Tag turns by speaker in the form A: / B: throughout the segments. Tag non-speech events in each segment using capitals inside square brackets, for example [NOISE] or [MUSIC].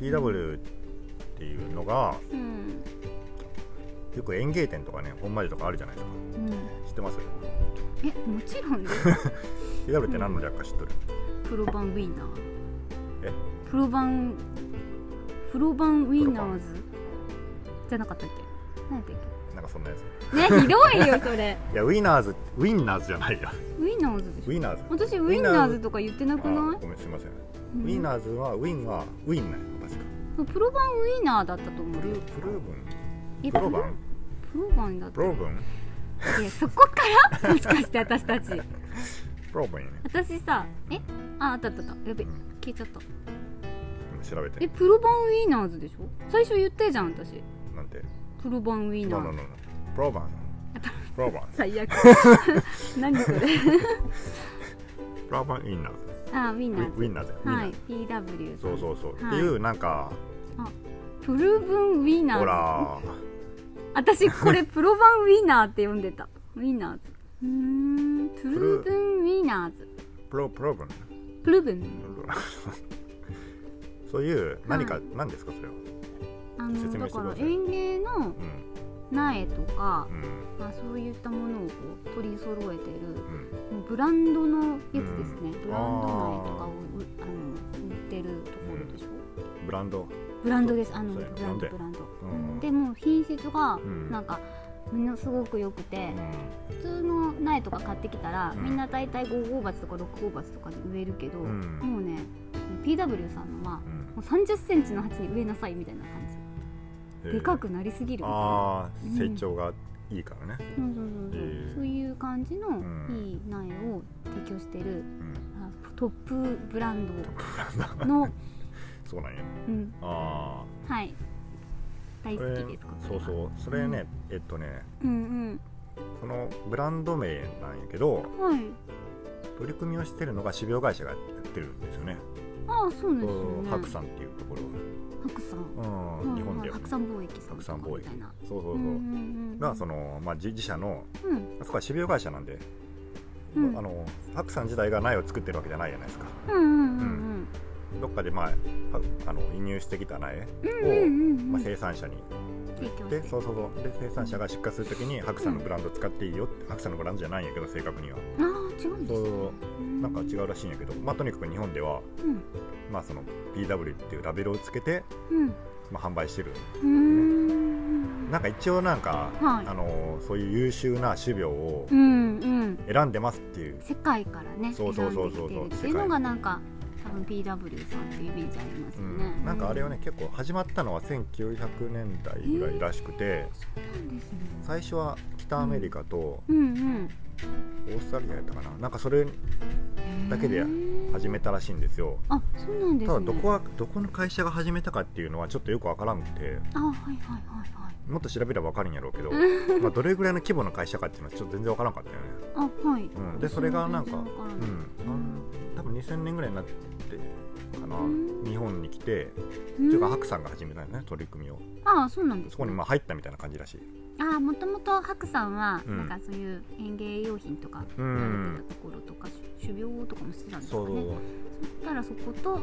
A: PW っていうのが
B: うん
A: よく園芸店とかね本町とかあるじゃないですか
B: うん
A: 知ってます
B: えもちろんです
A: [LAUGHS] PW って何の略か知っとる、
B: プロバンウィンナー
A: え
B: プロバンプロバンウィンナーズじゃなかったっけ何やったっ
A: なんかそんなやつ
B: けねひどいよそ
A: [LAUGHS]
B: れ
A: いやウィナーズウィンナーズじゃないよ
B: ウィンナーズでし
A: ウ
B: ょ
A: ィナーズ
B: 私ウ
A: ウィ
B: ィ
A: ン
B: ン
A: ナーズ
B: ナーズとか言ってな
A: あ
B: くない
A: ーごめんすいません、
B: うん
A: ウィナーズはウィンはウィンなんよ確か
B: プロバンウィンナーだったと思
A: プ
B: う
A: ル
B: よ
A: プルーブン
B: え
A: プロバン
B: プロバンだっ
A: プ
B: た
A: ローブン
B: いやそこから [LAUGHS] もしかして私たち
A: プローブンやね
B: 私さえああったあったあったやべ
A: うん
B: 消えちゃった
A: 今調べて
B: えプロバンウィーナーズでしょ最初言ったじゃん私
A: なんて
B: プロバンウィーナ
A: ノ
B: ー
A: ノノ
B: ズ
A: ノプローバ
B: [LAUGHS]
A: ンプローバン
B: 最
A: [LAUGHS]
B: 悪何それ
A: プローバンウィンナーズ
B: あウィ
A: ウ
B: ンナ
A: ィン
B: ー
A: ウィンナーズやウ
B: ズ
A: ィンナ
B: はい
A: ーズ
B: PW
A: そうそうそう、
B: はい
A: っていうなんか
B: プルブンウィーナーズ
A: ほら
B: 私これプロバンウィーナーって呼んでたウィーナーズうーんプルブンウィーナーズ
A: プロプローブン
B: プルブン
A: [LAUGHS] そういう何か何ですかそれは
B: あの
A: 説明
B: だか
A: してくだ
B: ら
A: さい
B: 園芸の
A: うん
B: 苗とか
A: う、ん
B: まあ、そういったものをこう取り揃えてる
A: うん
B: もうブランドのやつですね、
A: うん
B: ブランド苗とかをうあの売ってるところでしょ、
A: ブランド
B: ブランドですあのブ
A: そうや
B: ラ
A: な
B: ンド
A: なんで
B: ブランド、
A: うん
B: でも品質が
A: ん
B: なんかものすごく良く
A: う
B: て、
A: ん
B: 普通の苗とか買ってきたら、
A: うん
B: みんな大体5号鉢とか6号鉢とかで植えるけど、
A: うん
B: もうね PW さんのは
A: うん
B: もう30センチの鉢に植えなさいみたいな感
A: へ
B: じ
A: え
B: でかくなりすぎるみたいな
A: ああ
B: うん
A: 成長がいいからね
B: そうそうそうそう、
A: へえ
B: そういう感じの
A: ん
B: いい苗を提供してる
A: うん
B: あトップブラン
A: ブラン
B: ドの、
A: ド [LAUGHS] そうなんや
B: うん、
A: ああ
B: はい大好きですか、
A: そう
B: う
A: そうそれねえっとね
B: うん
A: このブランド名なんやけど
B: うんはい
A: 取り組みをしてるのが種苗会社がやってるんですよね
B: ああそうなんですよ
A: うん
B: ね
A: 白山っていうところ
B: 白山
A: うん日本では
B: 白山貿易さんと
A: 白山
B: か
A: 貿
B: み
A: 易
B: たいな
A: そうそううそ
B: んう
A: うん
B: うん
A: がそのまあ自自社の
B: うん
A: あそこは種苗会社なんで
B: うん
A: あの白山自体が苗を作ってるわけじゃないじゃないですか
B: うんうんうん
A: どっかでまあはあの輸入してきた苗を
B: うんうんうんう
A: まあ
B: ん提
A: 生産者に
B: 供
A: で
B: して
A: そうそうそうで生産者が出荷するときに白山のブランド使っていいよって白山のブランドじゃないんやけど正確には
B: ああ違うんですね
A: そう
B: うん
A: なんか違うらしいんやけどまあとにかく日本では
B: うん
A: まあその PW っていうラベルをつけて
B: うん
A: まあ販売してる
B: うーん
A: なんか一応なんか、
B: はい
A: あのそういう優秀な種苗を
B: うんうん
A: 選んでますっていう、
B: 世界からね
A: そ
B: 選
A: うそうんそ
B: で
A: う
B: き
A: そう
B: てるっていう
A: 世
B: の
A: 界
B: がなんか多分 PW さんっていうイメージあります
A: う
B: よ
A: ん
B: ね
A: なんかあれは
B: ね
A: ね結構始まったのは1900年代ぐらいらしくて、
B: そうなんですね
A: 最初は北アメリカと
B: うん
A: オーストラリアやったかな、なんかそれ
B: うん
A: だけで
B: へー
A: 始めたらしいんですよ
B: あそうなんですね
A: ただどこはどこの会社が始めたかっていうのはちょっとよくわからんくて
B: あはいはいはいはい
A: もっと調べればわかるんやろう
B: [LAUGHS]
A: けど、まあ、どれぐらいの規模の会社かっていうのはちょっと全然わからんかったよね、
B: あはい、
A: うん、でそれがなんか、
B: う
A: うん
B: ない
A: ん、多分2000年ぐらいになってかな
B: うん
A: 日本に来て
B: う
A: と
B: ん
A: いうか白山が始めたよね取り組みを
B: ああそうなんです、ね、
A: そこにまあ入ったみたいな感じらしい
B: ああもともと白さんは、
A: うん
B: なんかそういう園芸用品とか
A: う
B: やられ
A: ん
B: てたところとか、種苗とかもしてたんですか
A: そう
B: ね
A: そうそう、
B: そしたらそこと
A: うん、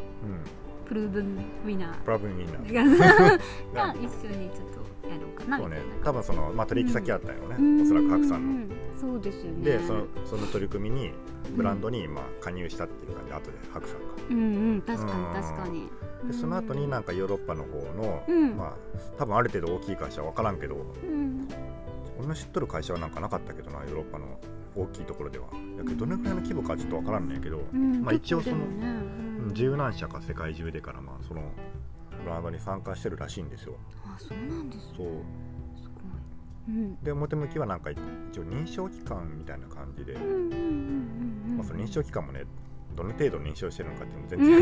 B: プルーブンウィナ
A: プラブみんな
B: [LAUGHS] ーが
A: な
B: が一緒にちょっとやろうかな
A: そう
B: みたい
A: ね
B: な、
A: 多分その、まあ、取引先あったよね、
B: うん
A: おそらく白山の
B: そうですよね
A: でそのその取り組みにブランドにまあ加入したっていう感じで後で白山が
B: うんうん確か
A: う
B: に
A: ん
B: 確かに
A: でその後になんかヨーロッパの方の、
B: うん
A: まあ多分ある程度大きい会社は分からんけど
B: うん
A: 俺の知っとる会社はなんかなかったけどなヨーロッパの大きいところではやけどどのくらいの規模かちょっと分からんねんけど、
B: うん
A: まあ一応その
B: 結構でもねうん
A: うん十何社か世界中でからまあそのブランドに参加してるらしいんですよ
B: あそうなんですね
A: そ
B: す
A: う
B: ごいうん
A: で表向きはなんか一応認証機関みたいな感じで、
B: うんうんうんうん
A: まあ、その認証機関もねどの程度認証してるのかっていうのも全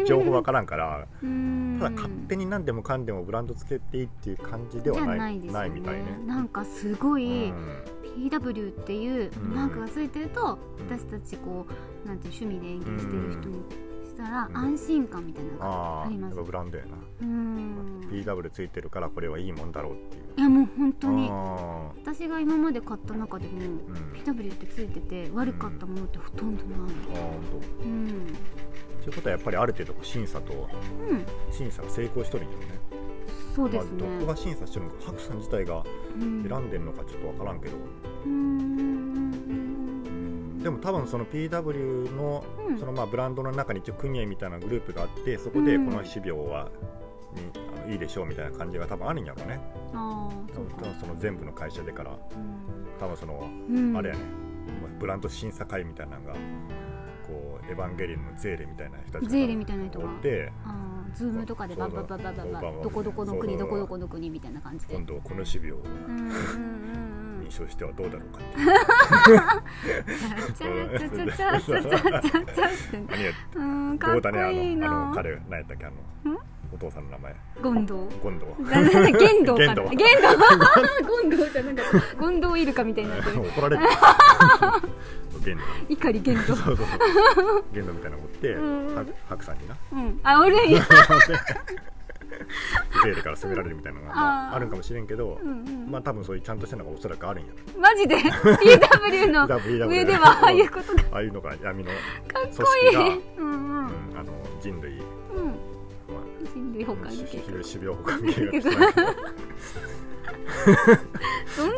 B: [LAUGHS] うん
A: 情報分からんから
B: うん
A: ただ勝手に何でもかんでもブランドつけていいっていう感じではない
B: じゃ
A: ない,、
B: ですよ
A: みたいね。
B: なんかすご
A: う
B: い、
A: ん
B: PW っていう
A: うん
B: マークがついてると、
A: うん
B: 私たちこうなんていう趣味で演技してる人にしたら、
A: うん
B: 安心感みたいなのが
A: あ
B: あ
A: あ
B: り
A: や
B: ま
A: っ
B: す
A: ぱブランドやな、
B: うーん
A: PW ついてるからこれはいいもんだろうっていう
B: いやもう本当に
A: あ
B: 私が今まで買った中でも
A: ーうん
B: PW ってついてて悪かったものってほとんどない
A: あーほんと
B: うん
A: そういうことはやっぱりある程度審査と
B: うん
A: 審査が成功しとるんやろね
B: そうですね、
A: まあ、どこが審査してるのか白さん自体が
B: うん
A: 選んでるのかちょっとわからんけど、
B: うん
A: うんでも多分その PW の
B: うん
A: そのまあブランドの中に一応組合みたいなグループがあってそこで
B: うん
A: この種苗は、にあのいいでしょうみたいな感じが多分あるんやろうね
B: ああ
A: 多
B: そうか
A: 分その全部の会社でから多分その、
B: うん
A: あれやねブランド審査会みたいなのがこうエヴァンゲリオンのゼーレみたいな人たちが
B: ゼーレみたいな人が
A: おって
B: あーズームとかでババババババどこどこの国どこどこの国みたいな感じで
A: 今度この種苗
B: う
A: を
B: んうんうんうん
A: 認証してはどうだろうかって
B: チャチャチャチャチャチャチャチャチャって [LAUGHS]
A: 何や
B: うんかっ
A: どうだね
B: こいい
A: あのあ
B: な
A: の彼何やったっけあのお父さんの名前
B: ゴンドウ
A: ゴ
B: [LAUGHS]
A: ンドウ
B: なんだ玄道 [LAUGHS] かな玄
A: 玄道
B: 道ゴンドウじゃなんかゴンドウイルカみたいになってる
A: 怒ら
B: [LAUGHS]
A: れる [LAUGHS] ゲンド
B: 怒り玄道
A: そうそうそうゲンドみたいなの持って
B: うん
A: は白さんにな
B: うんあ俺いや
A: ゼールから攻められるみたいなのがま
B: あー
A: ああるんかもしれんけど
B: うんうん
A: まあ多分そういうちゃんとしたのがおそらくあるんや
B: マジで PW の
A: PW
B: 上ではああいうことが
A: ああいうのが闇の
B: かっ
A: 組
B: こい
A: 織が
B: いうんうんうん
A: うんあの人
B: 人
A: 類
B: 類保
A: まあ
B: 管
A: 種
B: 系
A: 種種苗保管計画しないけど
B: どん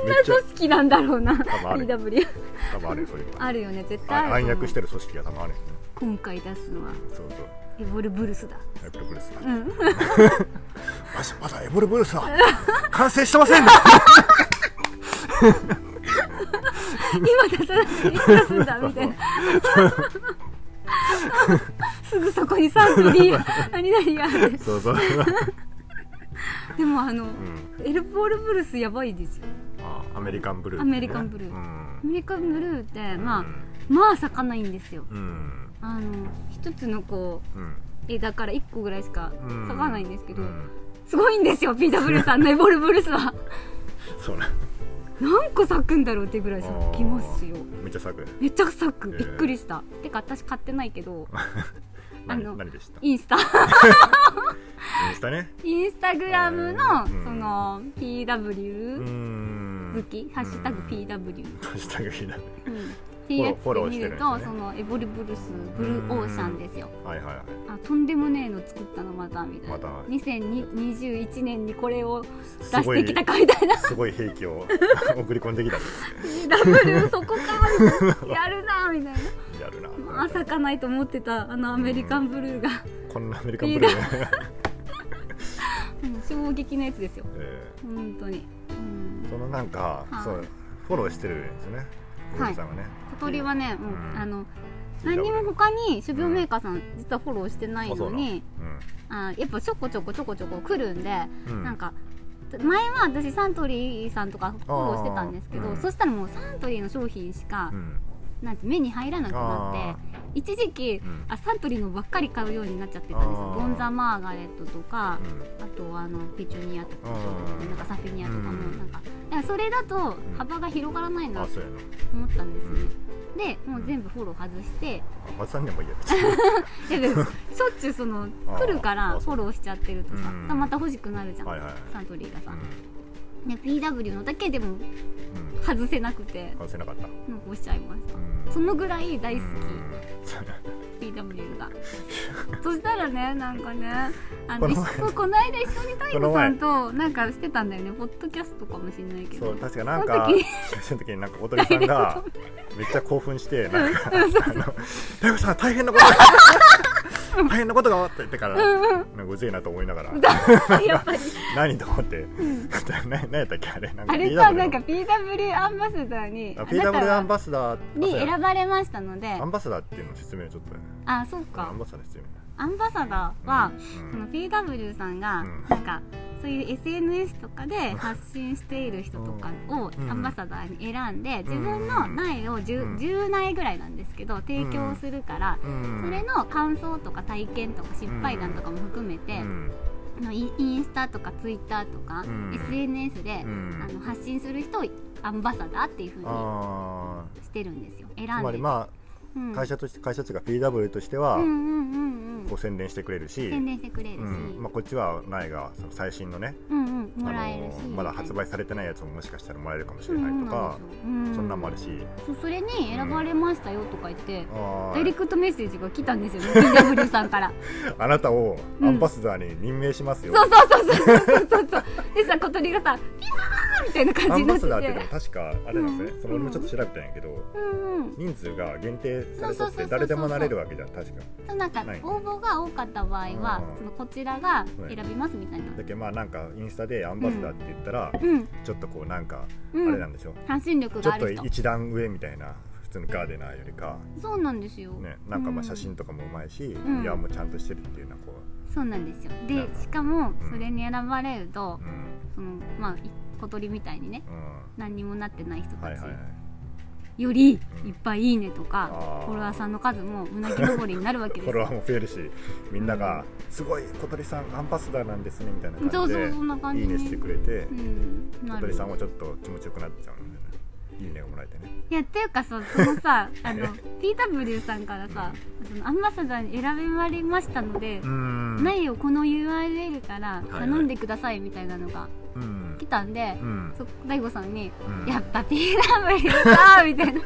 A: め
B: な
A: っちゃ
B: 組織なんだろうな
A: 分ある
B: PW
A: 多分あるよそう
B: [LAUGHS]
A: いうのが
B: あるよね絶対ある
A: あ暗躍しててる組織が多分あるよね
B: 今回出すのは
A: そうそう
B: エボルブルスだ
A: エボルブルスだ
B: うん [LAUGHS]
A: まだまだエボルブルスは完成してませんね
B: 今出さなくていい出すん
A: [LAUGHS]
B: だみたいなすぐそこにサントリ
A: [LAUGHS]
B: ー何々がある
A: そうそう
B: でもあの、
A: うん
B: エルポールブルースやばいですよ
A: あアメリカンブルー
B: アメリカンブルー
A: うん
B: アメリカンブルーってまあ、
A: うん
B: まあ咲かないんですよ
A: うん
B: あの一つのこう
A: うん
B: 枝から1個ぐらいしか
A: うん
B: 咲かないんですけど、
A: うん
B: すごいんですよ PW さんのエボルブルースは
A: そうな
B: 何個咲くんだろうってぐらい咲きますよ
A: めっちゃ咲く
B: めっちゃ咲く
A: えー
B: びっくりした、てか私買ってないけど
A: 何
B: あの
A: 何でしたイ
B: イン [LAUGHS] スタ
A: ンスタね
B: インスタグラムの、
A: うん
B: その PW
A: ん
B: 好き、ハッシュタグ PW、
A: ハッシュタグいいな
B: うん、
A: ォロー
B: PX
A: フォロー
B: で
A: し
B: 見
A: てる
B: る
A: んですね
B: と、そのエボルブルスブルーオーシャンですよ
A: [LAUGHS] はいはいは
B: あとんでもねえの作ったのまたみたいな、
A: また
B: 2021年にこれを
A: い
B: 出
A: す
B: し
A: ご
B: て
A: い
B: きたか
A: [LAUGHS]
B: みたいな
A: すごい兵器を [LAUGHS] 送り込んできた
B: PW そこかやるなみたいな
A: やるな
B: まさかないと思ってたあのアメリカンブルーが、
A: こんなアメリカンブルーね [LAUGHS]
B: うん衝撃のやつですよ
A: え
B: 本当に、うん
A: ーそのなんか
B: はい
A: そうフォローしてるんですよねブルーさんはね
B: 小鳥はね、うん
A: うん
B: あの
A: 聞い
B: 何
A: たことない
B: にも他に種苗メーカーさん実はフォローしてない
A: あそ
B: の
A: うな
B: にあやっぱちょこちょこちょこちょこ来るんで、
A: うん
B: なんか前は私サントリーさんとかフォローしてたんですけど、
A: あーうん
B: そしたらもうサントリーの商品しか
A: う、ん
B: なんて目に入らなくな
A: あ
B: って一時期、
A: うん
B: あサントリーのばっかり買うようになっちゃってたんですよ
A: あー
B: ボンザ・マーガレットとか
A: う、ん
B: あとあのペチュニアとか
A: うん
B: なんかサフィニアとかも
A: うん
B: なんかだからそれだと幅が広がらないな
A: あ
B: って
A: そうやな
B: 思ったんですね、でもう全部フォロー外して [LAUGHS]
A: あわさんでもいいや
B: ででもしょっちゅうその
A: あー
B: 来るから
A: あ
B: フ
A: そ
B: ォローしちゃってるとさ
A: うん
B: また欲しくなるじゃん、
A: はいはいはい
B: サントリーがさ、
A: う
B: で PW のだけでも
A: んうん
B: 外せなくて
A: 外せなかった
B: なんか押しちゃいました
A: うん
B: そのぐらい大好
A: き
B: き PW がそしたらねなんかねあの
A: この
B: 一
A: 前
B: 緒この間一緒に大悟
A: この
B: さ
A: 前
B: んとなんかしてたんだよねポッドキャストかもしれないけ
A: そ
B: ど
A: う確かなんか
B: その時
A: その時になんか小鳥さ
B: [LAUGHS]
A: んがめっちゃ興奮してなんかあの大悟さん大変なことが大変なことがって言ってからなんかうぜえなと思い
B: [LAUGHS]
A: ながら [LAUGHS]
B: やっぱり
A: 何と思って何 [LAUGHS] 何やったっけあれなんか
B: あれ
A: PW
B: さ
A: の
B: なんか PW アンバサダーに
A: あ
B: あ
A: PW
B: な
A: アン
B: たは
A: バサダー
B: に
A: あそうや
B: 選ばれましたので
A: アンバサダーっていうの説明ちょっとね
B: あそう
A: ア
B: か
A: ンバサダーですよね
B: アンバサダーは、
A: うん
B: その PW さんが、
A: うん
B: なんかそういう SNS とかで発信している人とかを
A: うん
B: アンバサダーに選んで自分
A: う
B: の
A: ん
B: 苗を 10,
A: うん
B: 10苗ぐらいなんですけど提供するから、
A: うん
B: それの感想とか体験とか失敗談とかも含めて
A: う、ん
B: のイインスタとかツイッターとか、
A: うん
B: SNS で、
A: うん
B: あの発信する人をアンバサダーっていう風に
A: あー
B: してるんですよ選
A: つ
B: ん
A: ま
B: で
A: りまあ
B: うん
A: 会社として会社というか PW としては、
B: うんうんうんうん
A: こう宣伝してくれるし、
B: 宣伝してくれるし、
A: うんまあ、こっちは苗がその最新のね、
B: うんうんもらえるし、
A: のまだ発売されてないやつももしかしたらもらえるかもしれ
B: う
A: ない
B: ん
A: とか、
B: うん
A: そんなんもあるし、
B: そうそれに選ばれましたよとか言って、
A: あ
B: ダイレ
A: ー
B: クトメッセージが来たんですよね PW さん
A: [LAUGHS]
B: から
A: あなたを
B: うん
A: アンバサダーに任命しますよ、
B: そうそうそうそうそうそうでさ小鳥がさ「ピャー!」みたいな感
A: ア
B: じに
A: ン
B: な
A: バ
B: っ
A: サダーって
B: て
A: でも
B: て
A: 確かあれなんですね、
B: うん
A: その俺もちょっと調べたんやけど、
B: うんうん
A: 人数が限定され
B: そうそうそうそ
A: とっ
B: うそ
A: て
B: う
A: 誰でもなれるわけじゃん確か
B: そうなんか
A: ない
B: 応募が多かった場合は
A: うん
B: そのこちらが選びますみたいな
A: だけどまあなんかインスタでアンバサダーって言ったら、
B: うん
A: ちょっとこうなんかあ
B: う
A: れなんんでしょう、
B: 発信力
A: ちょ
B: があ
A: っと
B: る人
A: 一段上みたいな普通のガーデナーよりか、
B: そうなんですよ
A: ね、なんかま
B: う
A: あ
B: ん
A: 写真とかもうまいし、
B: ん
A: いやもうちゃんとしてるっていうのはこ
B: そうなんですよ
A: な
B: で
A: んか
B: しかも
A: うん
B: それに選ばれると
A: ううん
B: そのまあい小鳥みたいにね
A: う
B: 何にもなってない人
A: んはい
B: た
A: はいはい
B: ちより
A: うん
B: いっぱい「いいね」とか
A: あー
B: フォロワーさんの数もうなぎ登りになるわけ
A: フ
B: で
A: ォ
B: す
A: ロワ
B: よ
A: ーも増えるしみんなが「すごい小鳥さんアンバサダーなんですね」みたいな
B: そ
A: 感
B: う
A: じ
B: そ
A: で
B: うそんな感
A: い
B: じ
A: いねしてくれて、
B: うんな
A: 小
B: る
A: 鳥さんもちょっと気持ちよくなっちゃうんだよねいいねをもらえてね
B: いやっていうかさその
A: [LAUGHS]
B: さあの PW さんからさそのアンバサダーに選ばれましたので
A: う、ん
B: 苗をこの URL から
A: いはい
B: 頼んでくださいみたいなのが
A: うん
B: 来たんで、
A: うん
B: そ大悟さんに、
A: うん
B: やっぱ PW さみたいな
A: [LAUGHS] 分か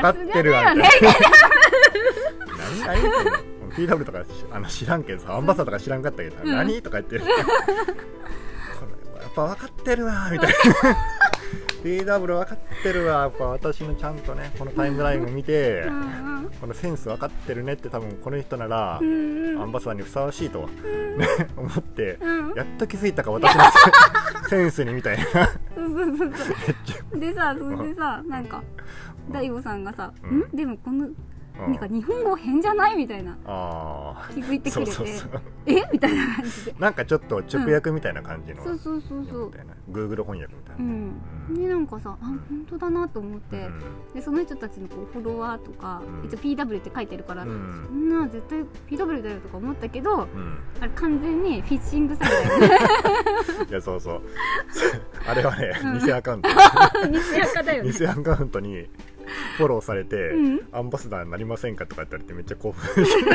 B: さ
A: っ
B: す
A: て
B: が
A: る
B: だ
A: わ
B: よ
A: み
B: ね
A: たいな何何言ってんの PW とかしあの知らんけどさアンバサダーとか知らんかったけど、
B: うん
A: 何とか言ってこれやっぱ分かってるわみたいな PW 分かってるわやっぱ私のちゃんとねこのタイムラインを見て、
B: うん
A: このセンス分かってるねって多分この人なら、
B: うんうん
A: アンバサダーにふさわしいと、ね思って、
B: うん
A: やっと気づいたか私の
B: [LAUGHS]
A: センスにみたいな
B: そうそうそうそうでさそれでさなんか大悟さんがさ「
A: うん
B: んでもこの
A: う
B: なんか日本語変じゃない?」みたいな
A: あ
B: 気づい
A: あ
B: てく
A: そ
B: れ
A: う
B: て
A: そうそう
B: えみたいな感じで
A: なんかちょっと直訳みたいな感じの、
B: そうそうそうそう
A: みたいな Google 翻訳みたいな、
B: うん
A: うん
B: でなんかさあ本当だなと思って、
A: うん
B: でその人たちのこうフォロワーとか、
A: うん
B: 一応 PW って書いてるから、
A: うん
B: そんな絶対 PW だよとか思ったけど
A: うん
B: あれ完全にフィッシング詐欺だよね
A: いやそうそう [LAUGHS] あれはね、
B: うん
A: 偽ア
B: [LAUGHS]
A: カウント
B: 西赤だよね
A: 偽アカウントにフォローされて、
B: うん
A: アンバサダーになりませんかとかって言われてめっちゃ興
B: [LAUGHS]
A: 奮して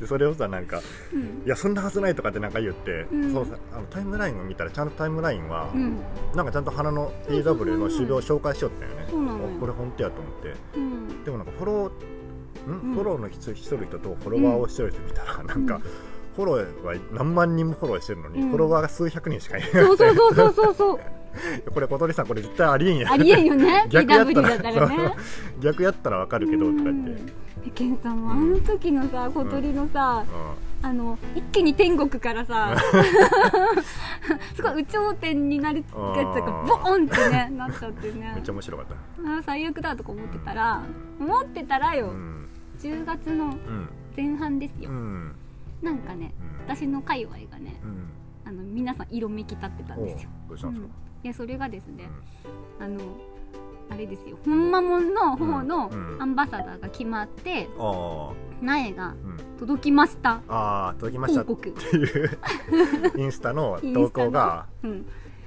A: でそれをさなんか
B: うん
A: いやそんなはずないとかってなんか言って、
B: ん
A: そうさあのタイムラインを見たらちゃんとタイムラインは、
B: うん
A: なんかちゃんと花の
B: そうそうそう
A: PW の種類を紹介しよったよね
B: そうなのよ
A: あこれ本当やと思って
B: うん
A: でもなんかフォローん、
B: うん
A: フォローの人しとる人とフォロワーをしとる人見たら、なんか、
B: うん
A: フォローは何万人もフォローしてるのに、
B: うん
A: フォロワーが数百人しかいない
B: そうそうそうそうそうそう
A: これ小鳥さんこれ絶対ありえんや
B: ありえんよね PW
A: [LAUGHS] 逆やった
B: だ
A: ら
B: ったらね
A: [LAUGHS] そう逆やったらわかるけどとか言って、う
B: うんんえケンさんもあの時のさ小鳥のさ、あの一気に天国から
A: [LAUGHS]
B: さすごい有頂天になるやつがボーンってねなっちゃってね
A: めっちゃ面白かった、
B: あー最悪だとか思ってたら思ってたらよ、
A: うん
B: 10月の
A: うん
B: 前半です
A: う
B: よ、
A: ん
B: なんかね
A: うん
B: 私の界隈がね
A: うん
B: あの皆さん色めき立ってたん
A: おう
B: ですよ、
A: どうし
B: う
A: たん
B: ん
A: ですか、
B: いやそれがです
A: う
B: ね
A: ん、
B: あのあれですよほんまもんの方の
A: うんうん
B: アンバサダーが決まって
A: ああ
B: 苗が
A: うん
B: 届きました
A: あー届きました
B: 報
A: っ
B: 告、
A: ていうインスタの投稿が
B: うん、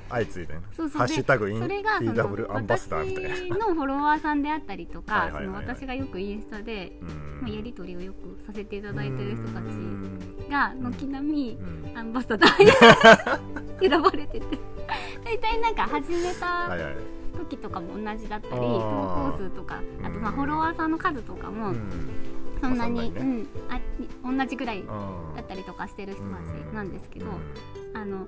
A: 相次いでね「
B: [LAUGHS] そうそう
A: ハッシュタグイン
B: それがその
A: PW アンバサダー」みたいな
B: 私のフォロワーさんであったりと
A: は
B: か
A: い
B: そ
A: はいはい
B: の
A: はい
B: 私がよくインスタで、
A: うん
B: まあ、やり取りをよくさせていた
A: い
B: だいてる人たち
A: ち
B: が軒並みアンバサダーに [LAUGHS] 選ばれてて大体なんか始め
A: は
B: た
A: いはい
B: 時とかも同じだったり
A: あー
B: 投稿数とかあとまあ
A: うん
B: フォロワーさんの数とか
A: う
B: も
A: ん
B: そんなに、
A: まあそ
B: うんあに同じぐらいだ
A: あ
B: ったりとかしてる人たち
A: うん
B: なんですけど、
A: うん
B: あの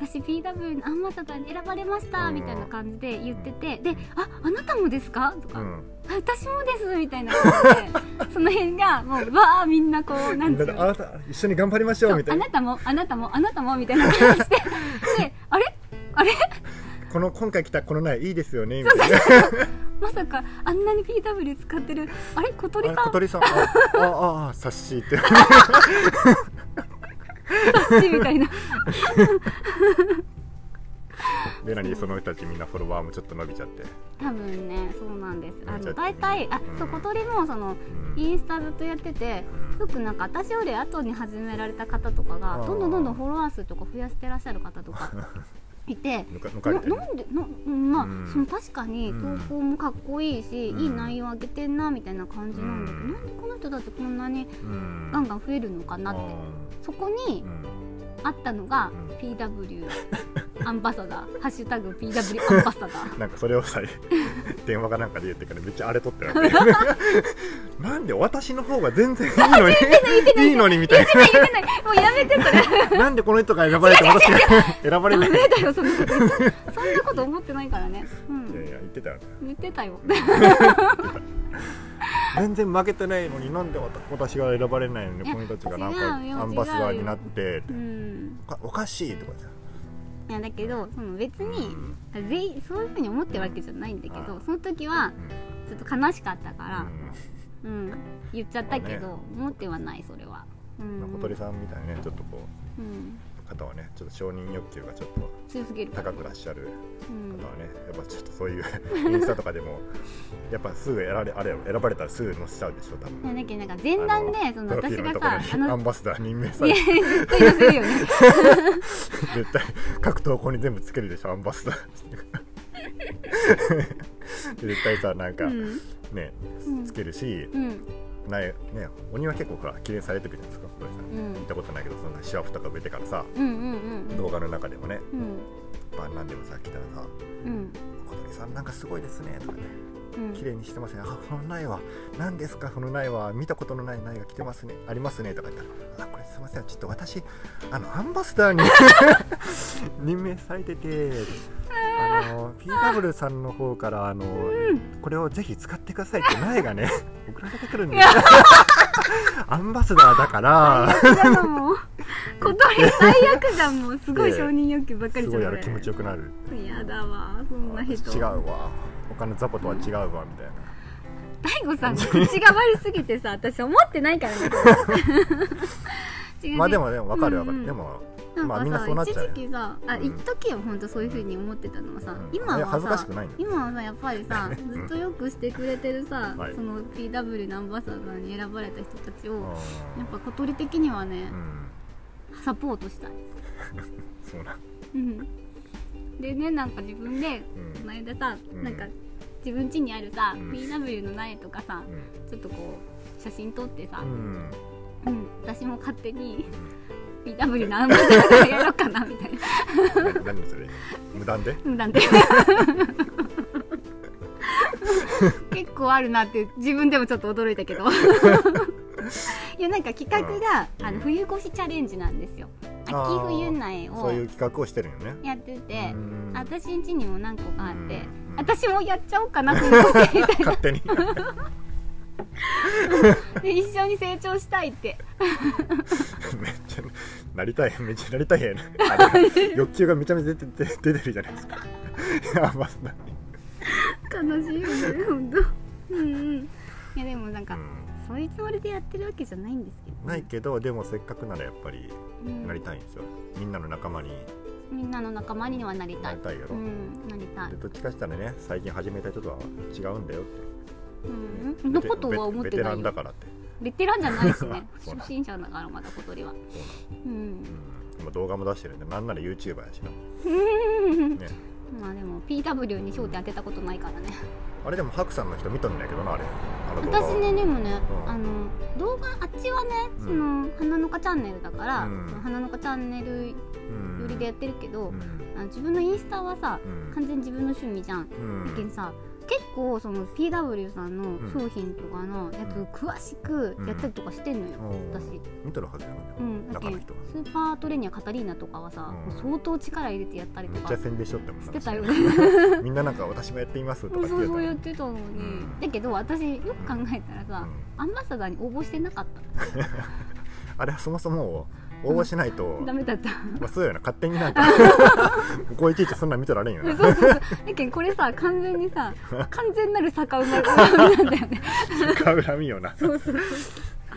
B: 私 PW のアンバサダーに選ばれました
A: うん
B: みたいな感じで言っててで「ああなたもですか?」とか、
A: うん
B: あ私もです」みたいな感じ
A: [LAUGHS]
B: でその辺がもうわあみんなこうなん
A: みん
B: て
A: ないで
B: う
A: あ
B: の
A: なた一緒に頑張りましょ
B: そう
A: みた
B: うあ
A: いな
B: なたもあなたもあなたもみたいな感じでであれあれ
A: この今回来たこの苗いいですよねみたい
B: まさかあんなに PW 使ってるあれ小鳥
A: なあ
B: さ
A: 小
B: ん
A: 鳥さんああああ察し
B: [LAUGHS]
A: って
B: だしみたいな
A: で何その人たちみんなフォロワーもちょっと伸びちゃって
B: 多分ねそうなんですあ
A: めっ [LAUGHS] ちゃ
B: の大体あ
A: うん
B: そう小鳥もその
A: うん
B: インスタずっとやってて
A: うん
B: よくなんか私より後に始められた方とか
A: あ
B: が
A: ー
B: どんどんどんどんフォロワー数とか増やしてらっしゃる方とかいて
A: ぬか抜か
B: な
A: れ
B: なん
A: てね
B: でなうんまあ、
A: うん
B: その確かに投
A: うん
B: 稿もかっこいいし、
A: うん
B: いい内容あげてんなみたいな感じなんだけど、
A: うん
B: なんでこの人たちこんなに
A: うん
B: ガンガン増えるのかなって、そこに
A: うんうん
B: あったのが、
A: うん [LAUGHS]
B: PW アンバサダー「ハッシュタグ #PW アンバサダー [LAUGHS]
A: なんかそれをさ電話かなんかで言ってからめっちゃあれ撮って
B: [LAUGHS]
A: なってなんで私の方が全然いいのにいいのにみたい」
B: 言ってないもうやめてそ [LAUGHS] れ
A: ななんでこの人が選ばれて私が選ばれ
B: ダ
A: ない
B: メだよそんなこと言っちゃそんなこと思ってないからね、う
A: いやい
B: ん、
A: や言ってたよね
B: 言ってたよ
A: 全然負けてないのになんで私が選ばれないのにこの人たちがなんか
B: 違うよ
A: アンバサダーになって
B: うん
A: おかおかしいとかさ
B: いやだけどその別
A: うん
B: に全員そういうふうに思ってるわけじゃないんだけどその時は
A: うん
B: ちょっと悲しかったか
A: う
B: ら、
A: ん
B: うん、言っちゃったけど、
A: まあ
B: 思ってはないそれは、うん
A: まあ小鳥さんみたいなねちょっとこ
B: うん、
A: う方はねちょっと承認欲求がちょっと
B: 強すぎるから
A: 高くらっしゃる
B: うん
A: 方はねやっぱちょっとそういうインスタとかでもやっぱすぐ選ばれあれ選ばれたらすぐ載せちゃうでしょ多
B: いや
A: 分
B: だけどなんか前段でその
A: プロフ
B: 私
A: ィールの
B: が
A: とこ
B: さあ
A: ろにア
B: の
A: ンバサダー任命さ
B: い
A: れ
B: や
A: て
B: ずっと言わせるよね
A: 絶対各投稿に全部つけるでしょアンバサダー [LAUGHS] 絶対さなんか、
B: うん
A: ね
B: うん
A: つけるし、
B: うん
A: ないね鬼は結構ほら綺麗にされてるじゃないですか小鳥さん、
B: うん
A: 行ったことないけどそんなシワフとか植えてからさ
B: うんうんうん
A: 動画の中でもね
B: うん
A: 万難でもさ来たらさ「
B: うん
A: 小鳥さんなんかすごいですね」とかね
B: うん
A: 「綺麗にしてますねあこの苗は何ですかこの苗は見たことのない苗が来てますねありますね」とか言ったら「あこれすいませんちょっと私あのアンバサダーに [LAUGHS] 任命されてて」あの PW さんの方からあの、これをぜひ使ってくださいって苗がね送られてくるんですよ [LAUGHS] アンバサダーだから
B: 最悪だなもう小鳥最悪じゃんもうすごい承認欲求ばっかり
A: す
B: じ
A: ごい
B: ゃ
A: あ
B: ん
A: れ気持ちよくなる
B: やだわそんな人
A: 私違うわ他の雑魚とは違うわみたい
B: 大悟
A: な [LAUGHS]
B: さん口が悪すぎてさ私思ってないからね違うね
A: まあ
B: [LAUGHS]
A: でもでも分かる分かる、
B: うんうん
A: でも
B: なん
A: ま
B: か
A: あ
B: さ、
A: みんなそうなっちゃうよ
B: 一時期さあ
A: うん
B: 一時は本当そういう風に思ってたのはさ、
A: うん
B: 今
A: い
B: は
A: や
B: さ
A: 恥ずかしくないんだ
B: 今はさやっぱり
A: [LAUGHS]
B: さずっとよくしてくれてるさ、
A: はい
B: その PW のアンバサダーに選ばれた人たちを、や
A: う
B: っぱ小鳥的にはね
A: ん、うん
B: サポートしたい、
A: そうなん
B: うん、でねなんか自分で
A: うん
B: この間さ、
A: うん
B: なんか自分家にあるさ、
A: うん
B: PW の苗とかさ
A: うん
B: ちょっとこう写真撮ってさ
A: う、ん
B: うん私も勝手に PW のアンバサダーやろうかなみたいな
A: 何何
B: [LAUGHS]
A: それ無断で
B: うんなんで結構あるなって自分でもちょっと驚いたけどいやなんか企画が、
A: うん
B: あの冬越しチャレンジなんですよ秋
A: あー
B: 冬苗
A: そういう
B: を
A: 企画をしてるよね
B: やってて
A: うん
B: 私ん家にも何個かあって、
A: うん
B: 私もやっちゃおうかな冬越しみたい
A: 勝手に [LAUGHS]
B: なで一緒に成長したいって
A: めっちゃなりたいめっちゃなりた
B: [LAUGHS]
A: いやねあれ欲求がめちゃめちゃ出て出て出てるじゃないですかやばだ
B: 悲しいよね本当うんうんいやでもなんか、そういうつもりでやってるわけじゃないんですけど、
A: ないけどでもせっかくならやっぱり
B: うん
A: なりたいんですよみんなの仲間に
B: みんなの仲間にはなりた
A: ないりたいやろ、
B: うんなりたい
A: でどっちかしたらね最近始めた人とは違うんだよって
B: うん、そんなことは思って
A: ベテ
B: な
A: ラ
B: い
A: ンだ
B: よ
A: からって、
B: ベテランじゃないしね
A: [LAUGHS] そうだ
B: 初心者だからまだ小鳥はう
A: うんん、まあ動画も出してるんでなんなら YouTuber やしな、ね、
B: [LAUGHS] まあでも PW に焦点当てたことないからね
A: あれでもハクさんの人見たんだけどなあれあの動画
B: 私ねでもね
A: うん
B: あの動画あっちはね
A: うん
B: その花の花チャンネルだから、
A: うん
B: その花の花チャンネル
A: うん
B: 寄りでやってるけど、
A: うん
B: あの自分のインスタはさ
A: うん
B: 完全に自分の趣味じゃん、
A: うん
B: だけどさ結構その PW さんの
A: ん
B: 商品とかのやつを詳しくやったりとかしてんのよ、
A: うん
B: 私
A: 見てるはずやなんで
B: う
A: も、
B: ん、だっけ
A: 中の人が
B: スーパートレニアカタリーナとかはさ、
A: うん
B: もう相当力入れてやったり
A: め
B: と
A: っ
B: か
A: ちゃ宣伝しとってもん
B: し
A: な
B: てたよ
A: みんななんか私もやっていますとか
B: そ
A: 言
B: う
A: っ
B: そ
A: てた
B: う
A: よ
B: やってたのに、
A: うん
B: だけど私よく考えたら
A: う
B: さ、
A: ん
B: アンバサダーに応募してなかった
A: あれはそもそも応募しないと、
B: ダメだった
A: まあ、そうよな勝手
B: [LAUGHS]
A: になんかここいちいちそんなん見てられんよ
B: そう
A: な
B: そうそうだけどこれさ完全にさ完全なる逆恨みなんだよね
A: 逆恨みよな
B: そうそう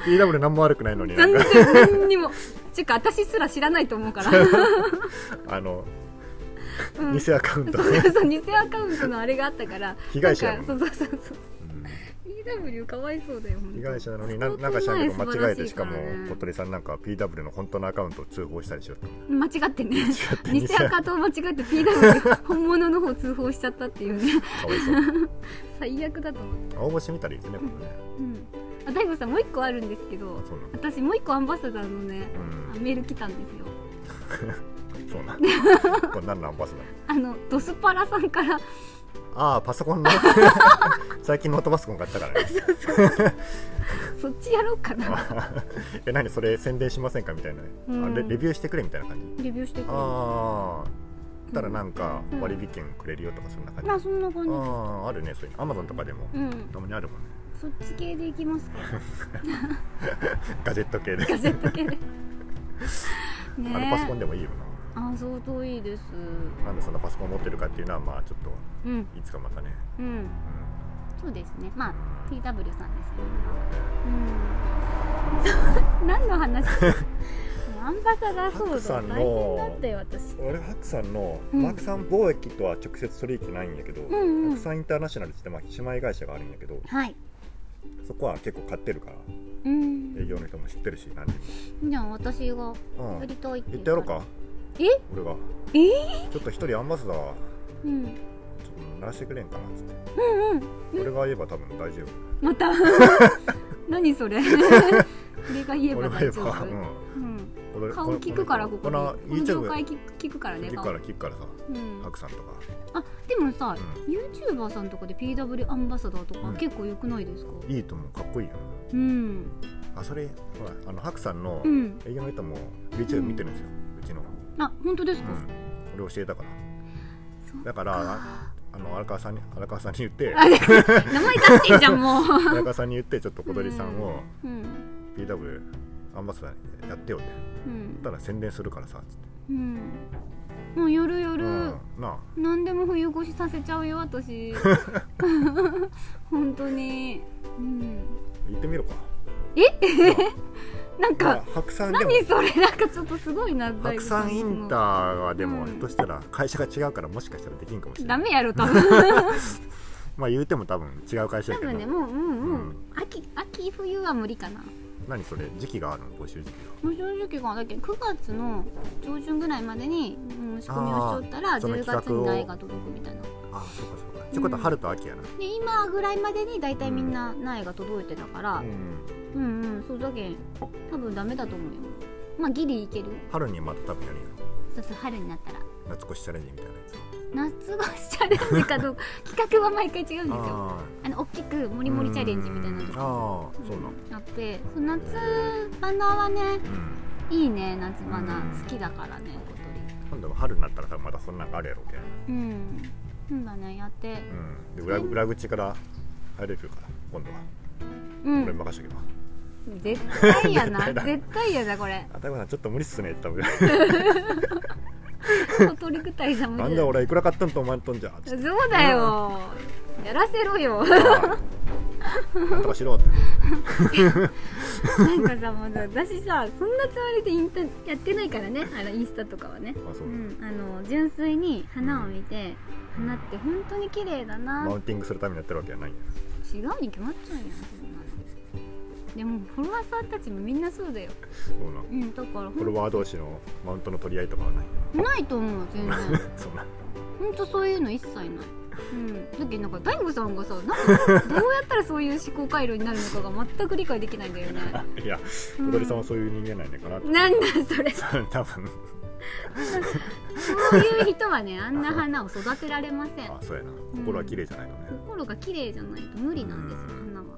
A: PW 何も悪くないのになん
B: 全
A: か
B: 然何にもっていうか私すら知らないと思う
A: [LAUGHS]
B: から、
A: あの
B: うん、 [LAUGHS]
A: 偽アカウント
B: そうそうそう偽アカウントのあれがあったから
A: 被害者やもん
B: なんかそうそうそうそう
A: うん
B: PW PW かわいそうだよ本当
A: 被害者なのにななんか知らんけど間違えてしかも小鳥さんなんか PW の本当のアカウントを通報したりしようと
B: 間違ってね
A: 違って偽
B: 偽アカと間違えて PW で本物の方通報しちゃったっていうね
A: かわいそう
B: 最悪だと思う、
A: 応募してみたらいいですねこれね
B: うん、あ大悟さんもう一個あるんですけど
A: そうなんだ
B: 私もう一個アンバサダーのね
A: う
B: あ
A: ん
B: メール来たんですよ
A: そうなんだこれ何のアンバスなの
B: あのドスパラさんから
A: ああパソコンの [LAUGHS] 最近ノートパソコン買ったからね [LAUGHS]
B: そっちやろうかな
A: え何それ宣伝しませんかみたいな、
B: うん
A: あレレビューしてくれみたいな感じ
B: レビューしてくれる
A: ああたらなんか
B: うん
A: 割引券くれるよとかそんな感じ、
B: まあそんな感じ
A: あああるねそういうのアマゾンとかでも、
B: うん
A: たまにあるもんね
B: そっち系でいきますか
A: ガジェット系で、
B: ガジェット
A: [LAUGHS]
B: 系でね
A: あのパソコン
B: で
A: でもいいよ
B: あ相当いいです
A: ななんでそんなパソコン持ってるかっていうのはまあちょっと
B: うん
A: いつかまたね、
B: うん
A: うん
B: そうですねまあ TW さんですけどうん [LAUGHS] 何の
A: [LAUGHS]
B: 話アンバサダー
A: ハ
B: 騒
A: クさん
B: 動
A: の
B: 大変だったよ私
A: 俺ハクさんの、
B: うん
A: マークさん貿易とは直接取引ないんやけど、
B: んうん
A: ハクさんインターナショナルって言って、まあ、姉妹会社があるんやけど
B: はい
A: そこは結構買ってるから
B: うん
A: 営業の人も知ってるし何で
B: じゃあ私が
A: も、う
B: 売
A: ん
B: り、たいって言
A: 言っ
B: う
A: てやろうか
B: え
A: 俺が
B: え
A: ちょっと一人アンバサダーちょ
B: うん
A: っと鳴らしてくれんかなっつって
B: うんうん
A: 俺が言えば多分大丈夫
B: ま
A: [LAUGHS]
B: た何それ俺が言えば
A: 俺が
B: 大丈夫、
A: うん
B: うん、
A: 俺
B: 顔聞くからここ
A: こ
B: に
A: の
B: この業
A: YouTube
B: 界聞く聞くからね
A: 聞く
B: 顔
A: から聞くからさ
B: うん
A: ハクさんとか
B: あでもさ、
A: う
B: YouTuber さんとかで PW アンバサダーとか
A: うん
B: 結構良くないですか
A: いいと思うかっこいいよね
B: うん
A: あそれほらあのハクさんの
B: うん
A: 営業の人も YouTube 見てるんですようちの
B: あ本当ですか、
A: うん俺教えたから
B: そっ
A: だからあの荒川さんに荒川さんに言って
B: あれ名前出してんじゃんもう、
A: 荒川さんに言ってちょっ [LAUGHS] と小鳥さんを
B: うん、
A: PW アンバサダーやってよって
B: う
A: そ
B: ん
A: したら宣伝するからさつって
B: うんもう夜夜、
A: うんな
B: 何でも冬越しさせちゃうよ
A: [LAUGHS]
B: 私本当にうん
A: あ行ってみろか [LAUGHS]
B: なん
A: ま
B: か
A: あ白山でも
B: 何それなんかちょっとすごいな大
A: 白
B: 悟さ
A: 山
B: ん
A: インターはでも
B: うん
A: ひょっとしたら会社が違うからもしかしたらできんかもしれな
B: ダ
A: い
B: メやろ多
A: [LAUGHS]
B: 分
A: まあ言うても多分違う会社
B: 多
A: やけど
B: 分ねもううんうん、
A: うん
B: 秋秋冬は無理かな
A: 何それ時期があるの募集時期
B: もう正直がだっけ9月の上旬ぐらいまでに、うん、仕込みをしとったら
A: あーその
B: 10月
A: 企
B: に
A: 画を
B: 苗が届くみたいな
A: がああそうかそうかってことは春と秋やな
B: で今ぐらいまでに大体みんな苗が届いてたから、
A: うん
B: うんうんそうだけん多分ダメだと思うよまあギリいける
A: 春にまた多分やるよ
B: そうそう春になったら
A: 夏越しチャレンジみたいなやつ
B: 夏越しチャレンジかどう
A: [LAUGHS]
B: か企画は毎回違うんですよ
A: あ
B: あの大きく
A: あ
B: モリモリチャレンジみたいなのと
A: うん
B: か
A: ああそうな
B: あ
A: の
B: ってそう夏バナはね
A: うん
B: いいね夏バナ
A: うん
B: 好きだからね小鳥
A: 今度は春になったら多分またそんなんがあるやろうけど
B: うんそうだねやって
A: うんで裏裏口から入れるから今度は
B: う
A: 俺に
B: ん
A: 任せとけば
B: 絶対やな
A: [LAUGHS] 絶対だ
B: 絶対やなこれ
A: あたぶさんちょっと無理っすね多分
B: 小鳥くたりじゃ無理
A: なんだ
B: だ
A: 俺いくら買ったんとお前とんじゃつ
B: そ [LAUGHS]
A: って
B: うだよやらせろよ
A: なんとかしろって
B: なんかさもうさ私さそんなつもりでインタやってないからねあのインスタとかはね、
A: あそううなんだ
B: ん、あの純粋に花を見て、花って本当に綺麗だな
A: マウンティングするためにやってるわけじゃないんや
B: 違うに決まっちゃうやんそんなのでもフォロワーさんたちもみんなそうだよ
A: そうなん
B: うんだからほん
A: フォロワー同士のマウントの取り合いとかはない
B: ないと思う全然
A: そうなん
B: ほんとそういうの一切ないうん、だけどなんか大悟さんがさなん
A: [LAUGHS]
B: かどうやったらそういう思考回路になるのかが全く理解できないんだよね
A: いや
B: うん
A: 小鳥さんはそういう人間なんやかなって
B: なんだそれ
A: 多分
B: そういう人はねあんな花を育てられません
A: あそうやな心は綺麗じゃないのね
B: 心が綺麗じゃないと無理なんですよ
A: うん
B: 花は